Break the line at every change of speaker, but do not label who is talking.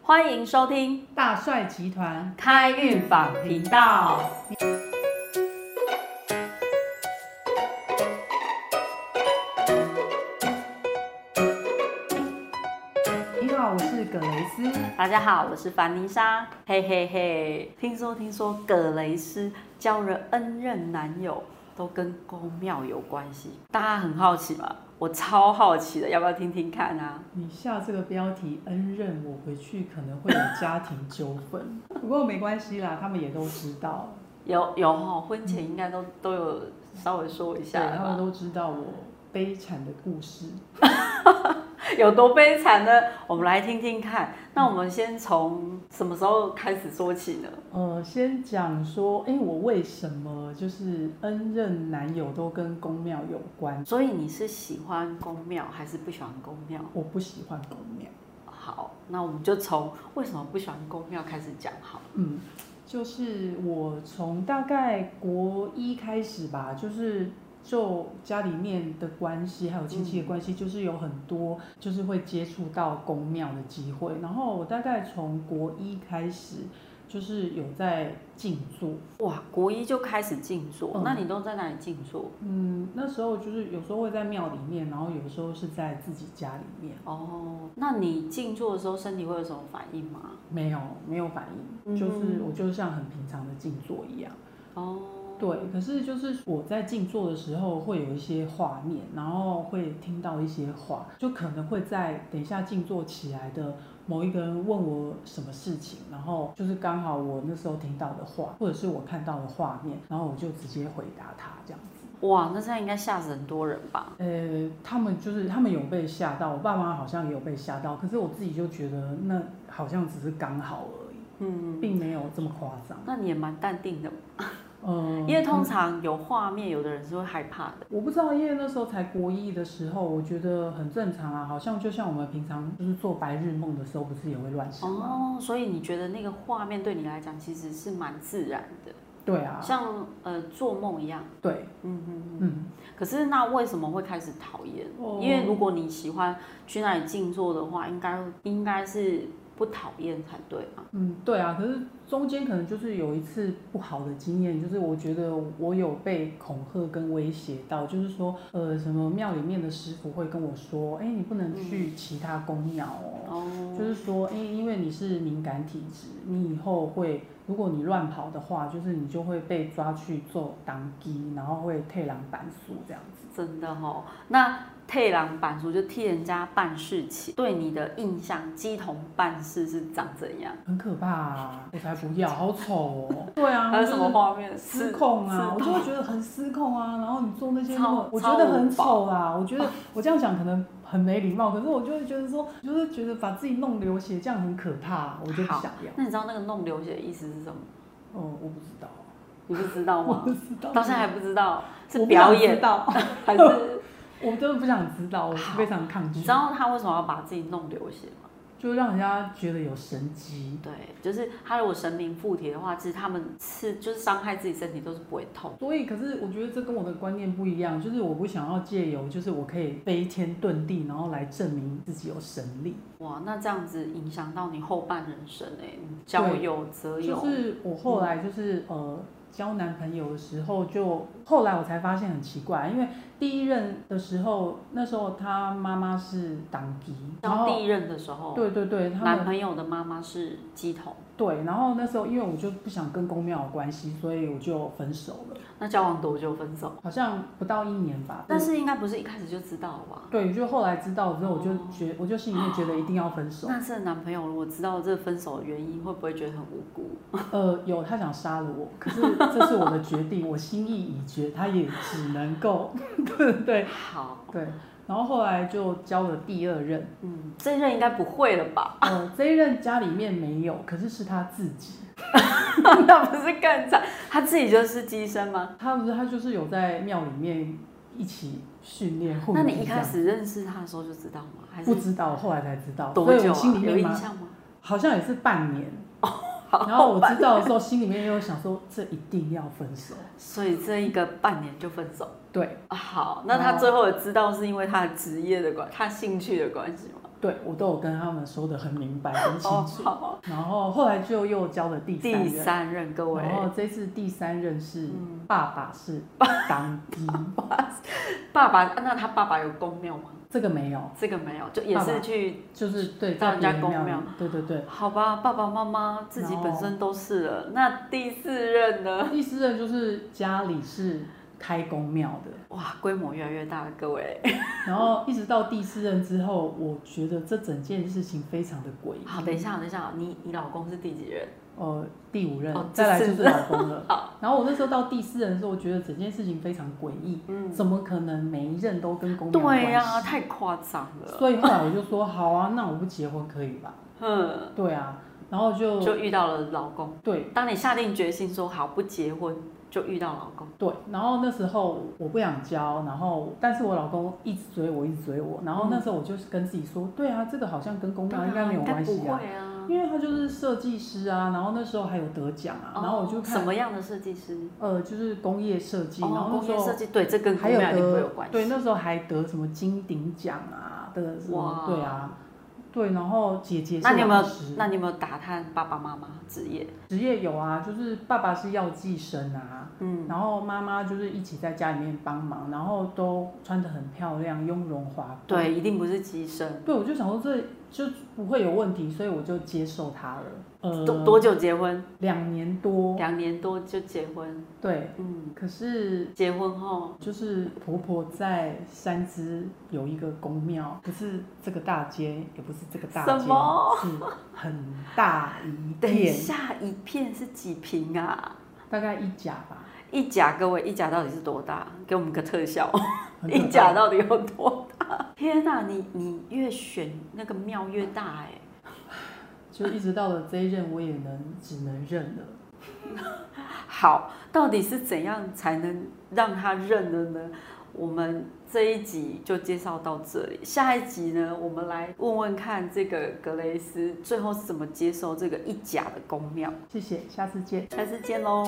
欢迎收听
大帅集团
开运访频道。
你好，我是葛雷斯。
大家好，我是凡妮莎，嘿嘿嘿。听说听说葛雷斯交了 N 任男友，都跟宫庙有关系，大家很好奇吗？我超好奇的，要不要听听看啊？
你下这个标题“恩任”，我回去可能会有家庭纠纷，不过没关系啦，他们也都知道，
有有哈、婚前应该都都有稍微说一
对，
下了
他们
吧？
都知道我悲惨的故事。
有多悲惨呢？我们来听听看。那我们先从什么时候开始说起呢？
呃，先讲说，哎，我为什么就是恩任男友都跟宫庙有关？
所以你是喜欢宫庙还是不喜欢宫庙？
我不喜欢宫庙。
好，那我们就从为什么不喜欢宫庙开始讲好。
嗯，就是我从大概国一开始吧，就是就家里面的关系，还有亲戚的关系，就是有很多就是会接触到公庙的机会。然后我大概从国一开始，就是有在静坐。
哇，国一就开始静坐，
嗯
那你都在哪里静坐？
嗯，那时候就是有时候会在庙里面，然后有时候是在自己家里面，
哦，那你静坐的时候身体会有什么反应吗？
没有没有反应，就
嗯
是我就像很平常的静坐一样。
哦，
对，可是就是我在静坐的时候会有一些画面，然后会听到一些话，就可能会在等一下静坐起来的某一个人问我什么事情，然后就是刚好我那时候听到的话，或者是我看到的画面，然后我就直接回答他这样子。
哇，那这样应该吓死很多人吧？
呃，他们就是他们有被吓到，我爸妈好像也有被吓到，可是我自己就觉得那好像只是刚好而已，
嗯，
并没有这么夸张。
那你也蛮淡定的，
呃，
因为通常有画面，有的人是会害怕的。
我不知道，因为那时候才国一的时候，我觉得很正常啊，好像就像我们平常就是做白日梦的时候，不是也会乱想吗？
哦，所以你觉得那个画面对你来讲其实是蛮自然的，
对啊，
像呃做梦一样。
对，
嗯嗯嗯。
嗯，
可是那为什么会开始讨厌？
哦
因为如果你喜欢去那里静坐的话，应该应该是不讨厌才对嘛。
嗯，对啊。可是中间可能就是有一次不好的经验，就是我觉得我有被恐吓跟威胁到，就是说，呃，什么庙里面的师傅会跟我说，哎，你不能
嗯
去其他公庙哦，
哦，
就是说，因因为你是敏感体质，你以后会，如果你乱跑的话，就是你就会被抓去做当机，然后会退狼板书这样子。
真的哦。那退郎板书就替人家办事情，对你的印象，鸡同办事是长怎样？
很可怕、啊，我才不要，好 丑哦！对啊，
还有什么画面？
就是失控啊？我
是
就会觉得很失控啊。然后你做那些那么
超，
我觉得很
超
丑啦。我觉得我这样讲可能很没礼貌，可是我就会觉得说，就是觉得把自己弄流血，这样很可怕、啊我就不
好
想要。
那你知道那个弄流血的意思是什么？
哦，我不知道，
你不知道
我
吗
不？知道，
到现在还不知道是
我不想
表演
知道。
还是？
我真的不想知道，我
好
非常抗拒
你知，道他为什么要把自己弄流血吗？
就让人家觉得有神机。
对，就是他如果神明附体的话，其实他们是就是伤害自己身体都是不会痛。
所以，可是我觉得这跟我的观念不一样，就是我不想要借由，就是我可以飞天遁地，然后来证明自己有神力。
哇，那这样子影响到你后半人生哎、你交友择友，
就是我后来就是呃交男朋友的时候就，后来我才发现很奇怪，因为第一任的时候，那时候他妈妈是党籍，然
交
后
第一任的时候，
对对对，他们
男朋友的妈妈是鸡头，
对，然后那时候因为我就不想跟公庙有关系，所以我就分手了。
那交往多久分手？啊
好像不到一年吧。
但是应该不是一开始就知道吧？
对，就后来知道之后，我就
哦
觉，我就心里面觉得一定要 分手。
那这男朋友如果知道这分手的原因，会不会觉得很无辜？
呃，有他想杀了我，可是这是我的决定，我心意已决，他也只能够， 对对
好，
对。然后后来就交了第二任，
嗯，这一任应该不会了吧？
呃，这一任家里面没有，可是是他自己，
那不是更惨？他自己就是鸡生吗？
他不是他就是有在庙里面一起训练护
那
体
你一
这
开
样
始认识他的时候就知道吗？还
不
是
知道，后来才知道，所
多
以
久
我心
啊？
里
有
面
印
蛮
象吗？
好像也是半年。
哦
然后我知道的时候，心里面又想说，这一定要分手。
所以这一个半年就分手。
对，
好，那他最后也知道是因为他的职业的关，他兴趣的关系吗？
对我都有跟他们说的很明白、很清
哦，
楚。
好，
然后后来就又交了第三
第
任，哦
三任各位
然后这次第三任是、
嗯
爸爸是当 兵，
爸爸，那他爸爸有公庙吗？
这个没有，
这个没有，就也
爸
是
爸
去
就是对
到
在
人家
别
公
庙
庙
里，对对哦对。
好吧，爸爸妈妈自己本身都是了。那第四任呢？
第四任就是家里是开公庙的，
哇，规模越来越大了，各位，
然后一直到第四任之后，我觉得这整件事情非常的诡异。
好，等一下，等一下，你你老公是第几任？
呃，第五任，
哦
再来
这
就
次
是老 公了。然后我那时候到第四任的时候，我觉得整件事情非常诡异，
嗯，
怎么可能每一任都跟公庙有关系？
对啊呀、太夸张了。
所以后来我就说，好啊，那我不结婚可以吧？
嗯，
对啊，然后就
就遇到了老公。
对
当你下定决心说好不结婚，就遇到老公。
对，然后那时候我不想交，然后但是我老公一直追我，一直追我，然后那时候我就是跟自己说，对啊，这个好像跟公庙应该没有关系
应该
啊
不。会啊。
因为他就是设计师啊，然后那时候还有得奖啊，然后我就
哦什
看，
么样的设计师？
呃，就是工业设计，然
哦，
后那
工
时
业
候
设计，对，这跟公
还有
庙一定会有
得
关系。
对，那时候还得什么金鼎奖啊的什么
哇，
对啊，对，然后姐姐是
那你有没
老
有
师，
那你有没有打探爸爸妈妈职业？
职业有啊，就是爸爸是药剂生啊，
嗯，
然后妈妈就是一起在家里面帮忙，然后都穿得很漂亮，雍容华贵。
对，一定不是机身。
对，我就想说这就不会有问题，所以我就接受他了。呃，
多多久结婚？
两年多，
两年多就结婚。
对，
嗯，
可是
结婚后
就是婆婆在三芝有一个宫庙，不是这个大街，也不是这个大街，
什么
是很大一
等一
片，
下一片是几平啊？
大概一甲吧，
一甲各位，一甲到底是多大？给我们个特效，
很可
一
怕
甲到底有多大？天哪、你你越选那个庙越大哎、
就一直到了这一任，我也能只能认了。
好，到底是怎样才能让他认了呢？我们这一集就介绍到这里，下一集呢，我们来问问看这个格雷斯最后是怎么接受这个一甲的公庙。
谢谢，下次见。
下次见喽。